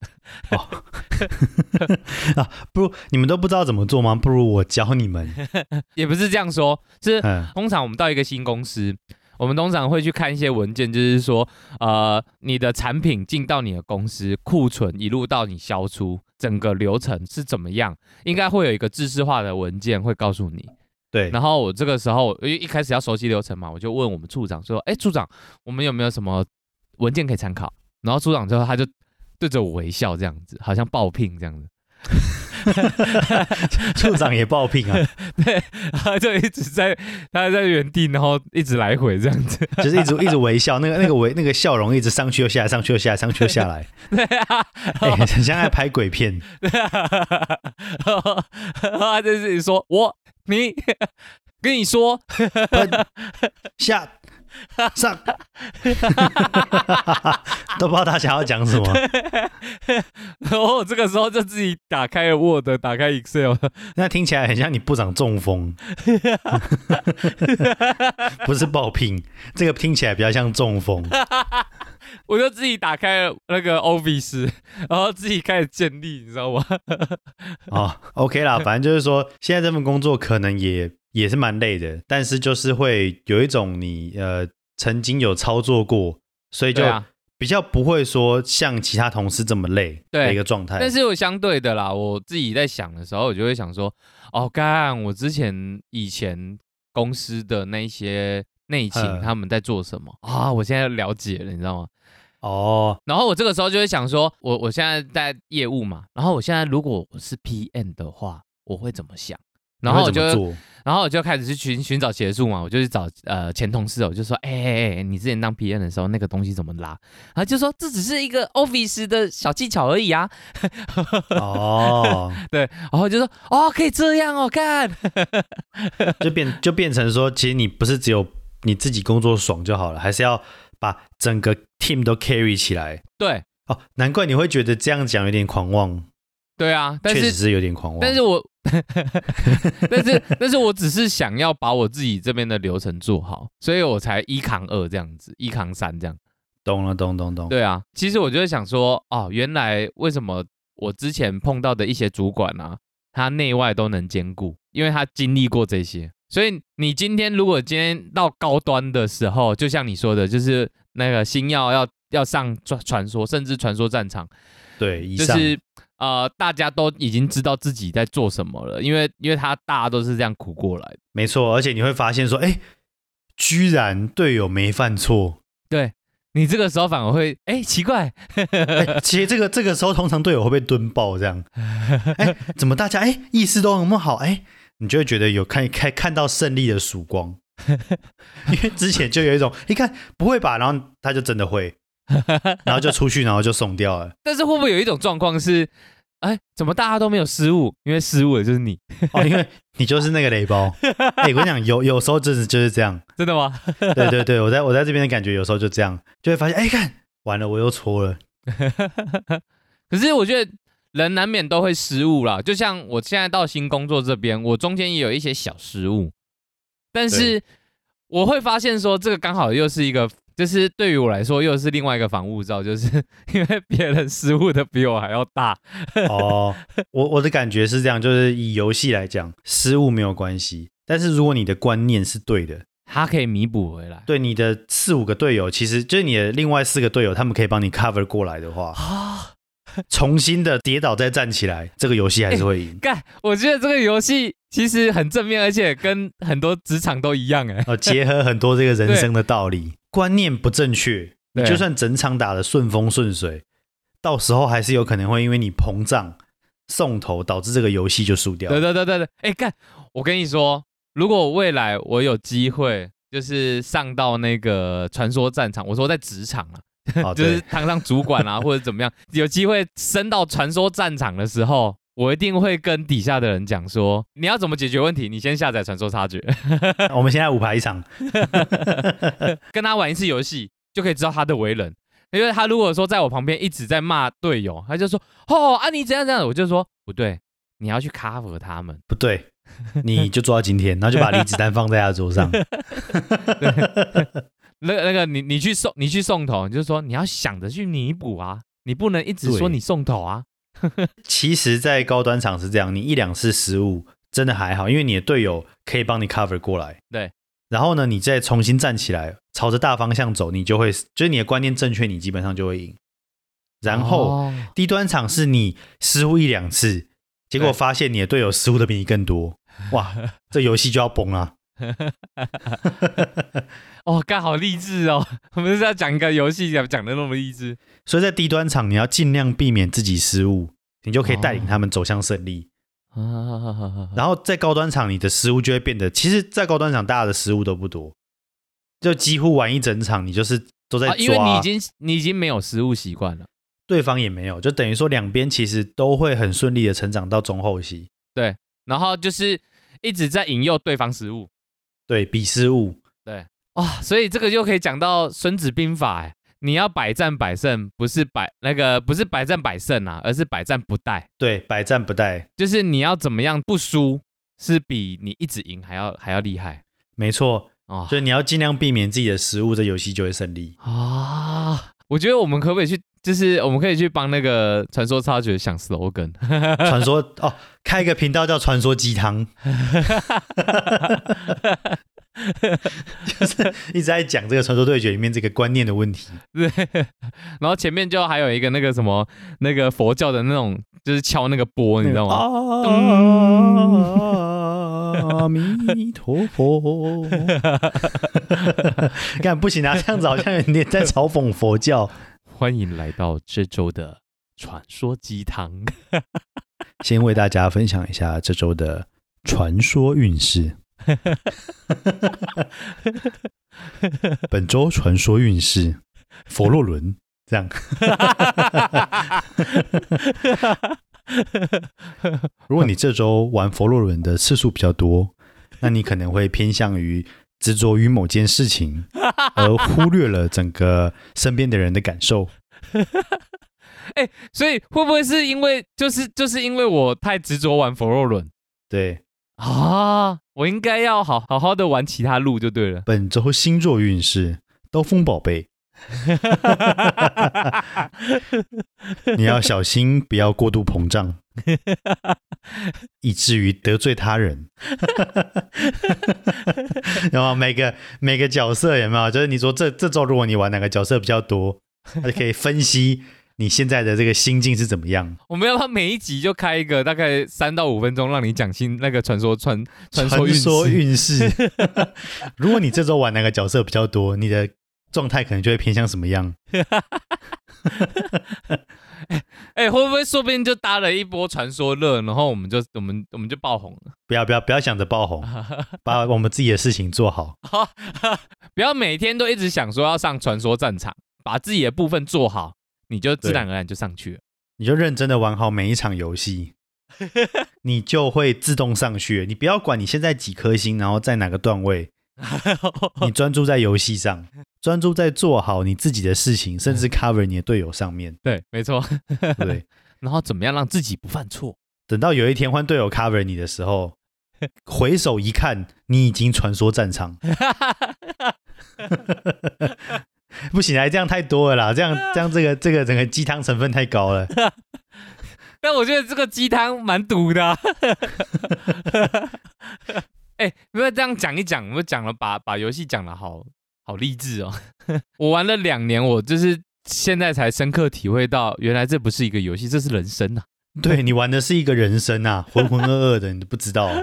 Speaker 1: 不如你们都不知道怎么做吗？不如我教你们。
Speaker 2: 也不是这样说，是
Speaker 1: 嗯，
Speaker 2: 通常我们到一个新公司，我们通常会去看一些文件，就是说，呃，你的产品进到你的公司库存一路到你销出，整个流程是怎么样，应该会有一个制式化的文件会告诉你。
Speaker 1: 对，
Speaker 2: 然后我这个时候，因为一开始要熟悉流程嘛，我就问我们处长说：“哎，处长，我们有没有什么文件可以参考？”然后处长之后他就对着我微笑，这样子，好像爆聘这样子，
Speaker 1: 处长也爆品啊，
Speaker 2: 他就一直在他在原地，然后一直来回这样子。
Speaker 1: 就是一直一直微笑，那个那个微那个笑容一直上去又下来，上去又下来，上去又下来，
Speaker 2: 对啊，
Speaker 1: 哎、很像在拍鬼片。
Speaker 2: 对啊， 然后然后他就自己说：“我你跟你说，
Speaker 1: 喷下上， 都不知道他想要讲什么。
Speaker 2: 然后我这个时候就自己打开了 Word，打开 Excel，
Speaker 1: 那听起来很像你部长中风， 不是爆品，这个听起来比较像中风。
Speaker 2: 我就自己打开了那个 Office，然后自己开始建立，你知道吗？
Speaker 1: 哦，OK 啦，反正就是说，现在这份工作可能也也是蛮累的，但是就是会有一种你呃曾经有操作过，所以就哎
Speaker 2: 对啊，
Speaker 1: 比较不会说像其他同事这么累
Speaker 2: 对
Speaker 1: 的一个状态。
Speaker 2: 但是我相对的啦，我自己在想的时候，我就会想说，哦，干，我之前以前公司的那一些内勤
Speaker 1: 嗯
Speaker 2: 他们在做什么啊，我现在了解了，你知道吗？
Speaker 1: 哦，
Speaker 2: 然后我这个时候就会想说，我我现在在业务嘛，然后我现在如果我是 PM 的话，我会怎么想？然后我
Speaker 1: 你会
Speaker 2: 就
Speaker 1: 怎么做
Speaker 2: 然后我就开始去寻寻找协助嘛，我就去找呃前同事哦，我就说，哎哎哎，你之前当 P N 的时候那个东西怎么拉？他就说这只是一个 Office 的小技巧而已啊，
Speaker 1: 哦，
Speaker 2: 对，然后我就说哦可以这样哦，看，
Speaker 1: 就变就变成说，其实你不是只有你自己工作爽就好了，还是要把整个 team 都 carry 起来。
Speaker 2: 对
Speaker 1: 哦，难怪你会觉得这样讲有点狂妄，
Speaker 2: 对啊，但
Speaker 1: 确实
Speaker 2: 是
Speaker 1: 是有点狂妄。
Speaker 2: 但是我，但是但是我只是想要把我自己这边的流程做好，所以我才一扛二这样子，一扛三这样。
Speaker 1: 懂了，懂懂懂。
Speaker 2: 对啊，其实我就会想说，哦，原来为什么我之前碰到的一些主管啊，他内外都能兼顾，因为他经历过这些。所以你今天如果今天到高端的时候，就像你说的，就是那个星耀要要上传传说，甚至传说战场，
Speaker 1: 对，以
Speaker 2: 就
Speaker 1: 上、
Speaker 2: 是呃，大家都已经知道自己在做什么了，因为因为他大家都是这样苦过来的。
Speaker 1: 没错。而且你会发现说，哎，居然队友没犯错。
Speaker 2: 你这个时候反而会，哎，奇怪，
Speaker 1: 哎，其实这个这个时候，通常队友会被蹲爆这样。哎，怎么大家哎意识都那么好？哎，你就会觉得有看看看到胜利的曙光。因为之前就有一种，你看不会吧，然后他就真的会，然后就出去，然后就送掉了。
Speaker 2: 但是会不会有一种状况是，哎，怎么大家都没有失误？因为失误的就是你，
Speaker 1: 哦，因为你就是那个雷包。哎、我跟你讲，有有时候真的就是这样。
Speaker 2: 真的吗？
Speaker 1: 对对对，我在我在这边的感觉有时候就这样，就会发现，哎、看完了我又错了。
Speaker 2: 可是我觉得人难免都会失误啦，就像我现在到新工作这边，我中间也有一些小失误，但是我会发现说，这个刚好又是一个。就是对于我来说，又是另外一个防护罩，就是 因为别人失误的比我还要大。
Speaker 1: 哦，我我的感觉是这样，就是以游戏来讲，失误没有关系，但是如果你的观念是对的，
Speaker 2: 他可以弥补回来。
Speaker 1: 对你的四五个队友，其实就是你的另外四个队友，他们可以帮你 cover 过来的话，
Speaker 2: 啊，
Speaker 1: 重新的跌倒再站起来，这个游戏还是会 赢。
Speaker 2: 干！我觉得这个游戏其实很正面，而且跟很多职场都一样哎、
Speaker 1: 哦，结合很多这个人生的道理，观念不正确，你
Speaker 2: 对
Speaker 1: 就算整场打得顺风顺水，到时候还是有可能会因为你膨胀送头，导致这个游戏就输掉。
Speaker 2: 对对对对对，哎、干！我跟你说，如果未来我有机会，就是上到那个传说战场，我说在职场啊，
Speaker 1: 哦，
Speaker 2: 就是
Speaker 1: 对，
Speaker 2: 当上主管啊，或者怎么样，有机会升到传说战场的时候，我一定会跟底下的人讲说，你要怎么解决问题，你先下载《传说察觉》
Speaker 1: 我们现在五排一场，
Speaker 2: 跟他玩一次游戏，就可以知道他的为人。 因为他如果说在我旁边一直在骂队友，他就说：“哦啊，你怎样怎样。”我就说：“不对，你要去 cover 他们。
Speaker 1: 不对，你就做到今天，然后就把离子弹放在他的桌 上。
Speaker 2: 那那个你你去送你去送头，你就说你要想着去弥补啊，你不能一直说
Speaker 1: 对
Speaker 2: 你送头啊。
Speaker 1: 其实，在高端场是这样，你一两次失误真的还好，因为你的队友可以帮你 cover 过来。
Speaker 2: 对，
Speaker 1: 然后呢，你再重新站起来，朝着大方向走，你就会，就是你的观念正确，你基本上就会赢。然后、
Speaker 2: 哦
Speaker 1: 低端场是你失误一两次，结果
Speaker 2: 对
Speaker 1: 发现你的队友失误的比你更 多，哇，这游戏就要崩啊了。
Speaker 2: 哦，刚好励志哦！我们是要讲一个游戏，讲讲的那么励志。
Speaker 1: 所以在低端场，你要尽量避免自己失误，你就可以带
Speaker 2: 哦
Speaker 1: 领他们走向胜利。
Speaker 2: 然后
Speaker 1: 然后在高端场，你的失误就会变得，其实，在高端场大家的失误都不多，就几乎玩一整场，你就是都在抓，
Speaker 2: 啊，因为你已经你已经没有食物习惯了，
Speaker 1: 对方也没有，就等于说两边其实都会很顺利的成长到中后期，
Speaker 2: 然后就是一直在引诱对方食物
Speaker 1: 对比失误，
Speaker 2: 哇、所以这个就可以讲到《孙子兵法》哎，你要百战百胜，不是百那个不是百战百胜啊，而是百战不殆，
Speaker 1: 对百战不殆，
Speaker 2: 就是你要怎么样不输，是比你一直赢还要还要厉害
Speaker 1: 没错，
Speaker 2: 哦。
Speaker 1: 所以你要尽量避免自己的失误，这游戏就会胜 利。
Speaker 2: 啊，我觉得我们可不可以去，就是我们可以去帮那个传说插曲想 slogan，
Speaker 1: 传说哦，开一个频道叫“传说鸡 汤”，就是一直在讲这个传说对决里面这个观念的问题。
Speaker 2: 对，然后前面就还有一个那个什么那个佛教的那种，就是敲那个钵，你知道吗？
Speaker 1: 啊阿弥陀佛，干不行啊！这样子好像有点在嘲讽佛教。
Speaker 2: 欢迎来到这周的传说鸡汤。
Speaker 1: 先为大家分享一下这周的传说运势。本周传说运势，佛洛伦这样。如果你这周玩佛洛伦的次数比较多，那你可能会偏向于执着于某件事情，而忽略了整个身边的人的感受。
Speaker 2: 所以会不会是因为就是就是因为我太执着玩佛洛伦
Speaker 1: 对，
Speaker 2: 啊？我应该要好好好的玩其他路就对了。
Speaker 1: 本周星座运势，刀锋宝 贝，你要小心不要过度膨胀，以至于得罪他人。 然后每个每个角色有没有？就是你说这这周如果你玩哪个角色比较多，他就可以分析你现在的这个心境是怎么样。
Speaker 2: 我们要不要每一集就开一个大概三到五分钟，让你讲新那个传说传传说运
Speaker 1: 说
Speaker 2: 势？
Speaker 1: 运势， 如果你这周玩哪个角色比较多，你的状态可能就会偏向什么样？
Speaker 2: 哎、会不会说不定就搭了一波传说热，然后我们就我们我们就爆红了？
Speaker 1: 不要不要不要想着爆红，把我们自己的事情做好。
Speaker 2: 不要每天都一直想说要上传说战场，把自己的部分做好，你就自然而然就上去了。
Speaker 1: 你就认真的玩好每一场游戏，你就会自动上去。你不要管你现在几颗星，然后在哪个段位，你专注在游戏上，专注在做好你自己的事情，甚至 cover 你的队友上面。
Speaker 2: 对，没错。
Speaker 1: 对，
Speaker 2: 然后怎么样让自己不犯错？
Speaker 1: 等到有一天换队友 cover 你的时候，回首一看，你已经传说战场。 不行啊，这样太多了啦，这样这样这个这个整个鸡汤成分太高了。
Speaker 2: 但我觉得这个鸡汤蛮毒的、啊。 哎、不要这样讲一讲，我讲了把把游戏讲的好好励志哦。我玩了两年，我就是现在才深刻体会到，原来这不是一个游戏，这是人生啊。
Speaker 1: 对你玩的是一个人生啊，浑浑噩噩的，你都不知道。啊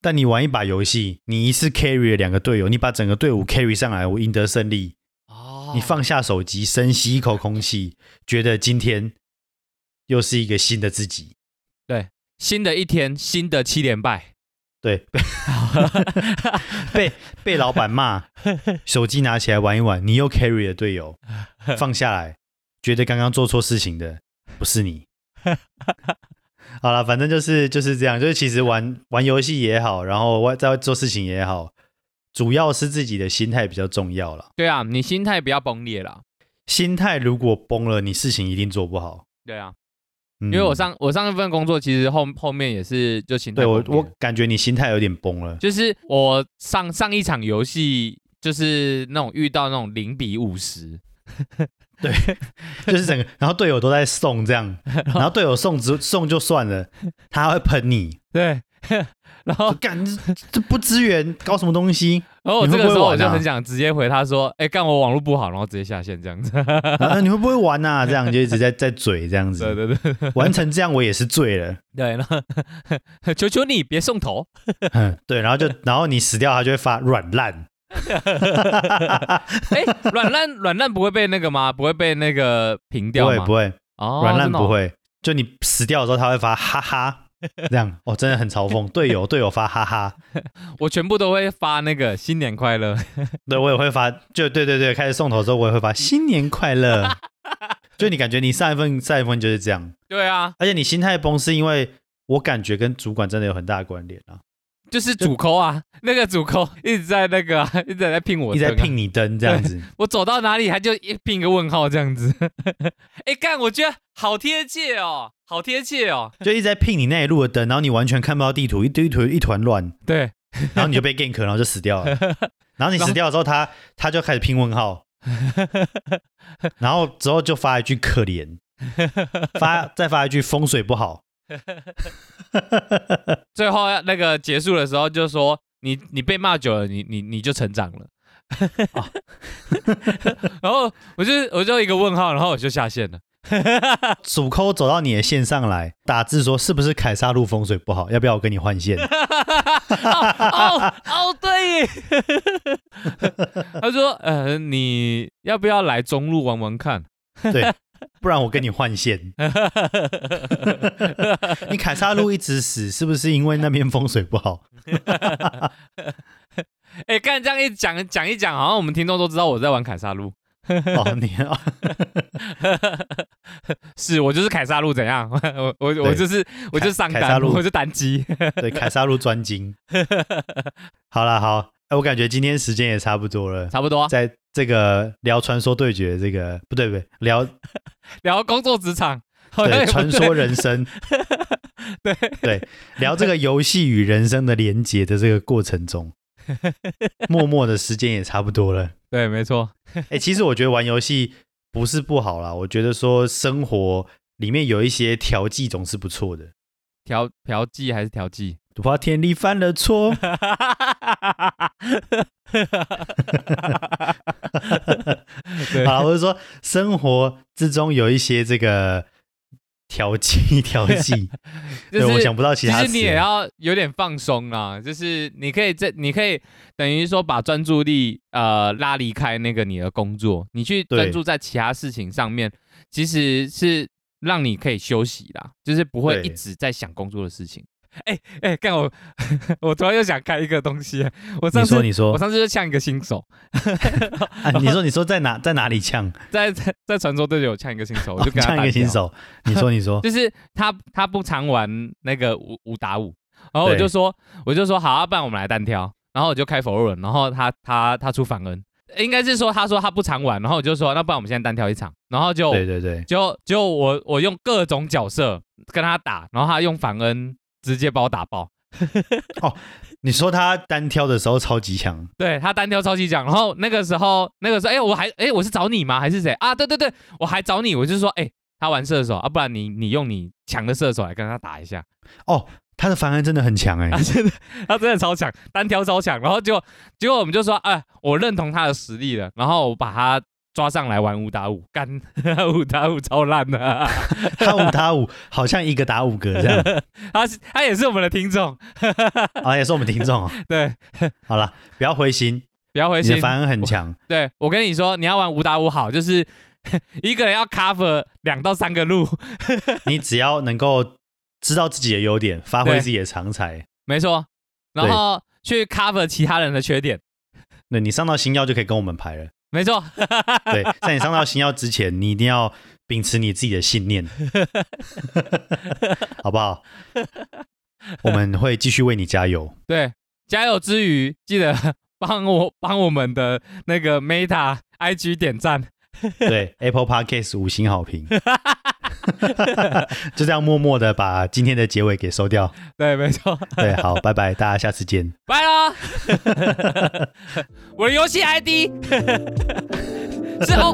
Speaker 1: 但你玩一把游戏，你一次 carry 了两个队友，你把整个队伍 carry 上来，我赢得胜利。
Speaker 2: 哦
Speaker 1: 你放下手机，深吸一口空气，觉得今天又是一个新的自己。
Speaker 2: 新的一天，新的七连败，
Speaker 1: 对，被被老板骂，手机拿起来玩一玩，你又 carry 了队友，放下来，觉得刚刚做错事情的不是你。好了，反正就是就是这样，就是其实玩玩游戏也好，然后外在做事情也好，主要是自己的心态比较重要了。
Speaker 2: 对啊，你心态不要崩裂啦。
Speaker 1: 心态如果崩了，你事情一定做不好。
Speaker 2: 对啊，
Speaker 1: 嗯、
Speaker 2: 因为我上我上一份工作其实后后面也是就心态
Speaker 1: 对我
Speaker 2: 崩裂
Speaker 1: 我感觉你心态有点崩 了。
Speaker 2: 就是我上上一场游戏就是那种遇到那种零比五十，
Speaker 1: 就是整个，然后队友都在送这样，然后队友送只送就算了，他还会喷你，
Speaker 2: 对， 然
Speaker 1: 说
Speaker 2: 后
Speaker 1: 哦干这这不支援，搞什么东西？
Speaker 2: 然后我
Speaker 1: 你
Speaker 2: 这
Speaker 1: 会
Speaker 2: 个时
Speaker 1: 不会
Speaker 2: 候我
Speaker 1: 玩啊
Speaker 2: 就很想直接回他说，哎、干我网络不好，然后直接下线这样子。
Speaker 1: 啊，你会不会玩呐、啊？这样就一直在在嘴这样
Speaker 2: 对
Speaker 1: 子，
Speaker 2: 对 对
Speaker 1: 玩成这样我也是醉了。
Speaker 2: 对，然后 求求你别送头，
Speaker 1: 嗯对，然后就然后你死掉，他就会发软烂。
Speaker 2: 哎、软烂软烂不会被那个吗？不会被那个平
Speaker 1: 不
Speaker 2: 掉
Speaker 1: 会
Speaker 2: 吗？
Speaker 1: 不会，
Speaker 2: 哦，
Speaker 1: 软烂
Speaker 2: 真的哦
Speaker 1: 不。会，就你死掉的时候他会发哈哈，这样哦，真的很嘲讽队友，队友发哈哈，
Speaker 2: 我全部都会发那个新年快乐，
Speaker 1: 对我也会发，就对对对，开始送头之后我也会发新年快乐。就你感觉你上一份上一份就是这样，
Speaker 2: 对啊，
Speaker 1: 而且你心态崩是因为我感觉跟主管真的有很大的关联啊，
Speaker 2: 就是主抠啊， 那个主抠一直在那个啊、 一直在聘我、
Speaker 1: 一直
Speaker 2: 啊，
Speaker 1: 在聘你灯这样子，
Speaker 2: 我走到哪里，他就一拼一个问号这样 子。哎，干，我觉得好贴切哦，好贴切哦。
Speaker 1: 就一直在聘你那一路的灯，然后你完全看不到地图，一堆图一团乱，
Speaker 2: 对，
Speaker 1: 然后你就被 gank，然后就死掉了。然后你死掉的时候，他他就开始拼问号，然后之后就发一句可怜，发再发一句风水不好，
Speaker 2: 最后那个结束的时候就说，你你被骂久了，你你你就成长了。哦 然后我就我就一个问号，然后我就下线了。
Speaker 1: 主抠走到你的线上来，打字说是不是凯撒路风水不好，要不要我跟你换线？
Speaker 2: 哦哦，对耶，他说，呃，你要不要来中路玩玩看？
Speaker 1: 对，不然我跟你换线。你凯撒路一直死，是不是因为那边风水不好？
Speaker 2: 哎，干这样一讲讲一讲，好像我们听众都知道我在玩凯撒路。
Speaker 1: 哦，你哦
Speaker 2: 是我就是凯撒路怎样？我我我就是我就是上
Speaker 1: 凯撒
Speaker 2: 单，
Speaker 1: 路
Speaker 2: 我就单机。
Speaker 1: 对凯撒路专精。好啦，好，哎我感觉今天时间也差不多了，
Speaker 2: 差不多啊
Speaker 1: 在这个聊传说对决这个不对不对 聊
Speaker 2: 聊工作职场， 好像也
Speaker 1: 对
Speaker 2: 不
Speaker 1: 传
Speaker 2: 对
Speaker 1: 说人生
Speaker 2: 对
Speaker 1: 对聊这个游戏与人生的连结的这个过程 中，默默的时间也差不多了。
Speaker 2: 对，没错，
Speaker 1: 哎、其实我觉得玩游戏不是不好啦，我觉得说生活里面有一些调剂总是不错的。
Speaker 2: 调调剂还是调剂？
Speaker 1: 我怕天力犯了错，
Speaker 2: 对
Speaker 1: 好啦，我是说生活之中有一些这个调剂调 剂。
Speaker 2: 就
Speaker 1: 对，我
Speaker 2: 是
Speaker 1: 想不到其
Speaker 2: 其
Speaker 1: 他
Speaker 2: 实
Speaker 1: 词。
Speaker 2: 你也要有点放松啦，就是你可以这，你可以等于说把专注力呃拉离开那个你的工作，你去
Speaker 1: 对
Speaker 2: 专注在其他事情上面，其实是让你可以休息啦，就是不会
Speaker 1: 对
Speaker 2: 一直在想工作的事情。哎哎，干、我， 我突然又想开一个东西，我上
Speaker 1: 你
Speaker 2: 次
Speaker 1: 说，你
Speaker 2: 我
Speaker 1: 说，
Speaker 2: 上次就呛一个新手，
Speaker 1: 啊，你说，你 说在哪，在哪里呛？
Speaker 2: 在 在在传说对决我呛一个新手，我就跟他
Speaker 1: 哦 呛一
Speaker 2: 单
Speaker 1: 个新
Speaker 2: 挑
Speaker 1: 手。你说，你说，
Speaker 2: 就是他他不常玩那个五五打五，然后我
Speaker 1: 对
Speaker 2: 就说我就说好、啊，不然我们来单挑，然后我就开否认，然后他他他出反 N，应该是说他说他不常玩，然后我就说那不然我们现在单挑一场，然后就
Speaker 1: 对对对，
Speaker 2: 就就我我用各种角色跟他打，然后他用反 N 直接把我打爆，
Speaker 1: 你说他单挑的时候超级强，
Speaker 2: 对他单挑超级强，然后那个时候那个时候哎、我还哎、我是找你吗还是谁啊？对对对，我还找你，我就说哎、他玩射手啊，不然你你用你强的射手来跟他打一下。
Speaker 1: 他的防恩真的很 强哎、
Speaker 2: 他真的他真的超强，单挑超强。然后结果结果我们就说，哎、我认同他的实力了，然后我把他抓上来玩五打五，干 五打五超烂的、
Speaker 1: 他五打五，好像一个打五个这样。
Speaker 2: 他是他也是我们的听众，
Speaker 1: 啊，也是我们听众哦。
Speaker 2: 对，
Speaker 1: 好了，不要灰心，
Speaker 2: 不要灰
Speaker 1: 你的
Speaker 2: 心。
Speaker 1: 防恩很强。
Speaker 2: 对我跟你说，你要玩五打五好，就是 一个人要 cover 两到三个路，
Speaker 1: 你只要能够知道自己的优点，发挥自己的长才，
Speaker 2: 没错，然
Speaker 1: 对
Speaker 2: 后去 cover 其他人的缺点。
Speaker 1: 那你上到星耀就可以跟我们排了。
Speaker 2: 没错，
Speaker 1: 对，在你上到新药之前，你一定要秉持你自己的信念，好不好？我们会继续为你加油。
Speaker 2: 对，加油之余记得 帮我帮我们的那个 Meta IG 点赞，
Speaker 1: 对，Apple Podcast 五星好评， 就这样默默的把今天的结尾给收掉。
Speaker 2: 对，没错，
Speaker 1: 对，好，拜拜，大家下次见。
Speaker 2: 拜了。我的 游戏 ID 是哦。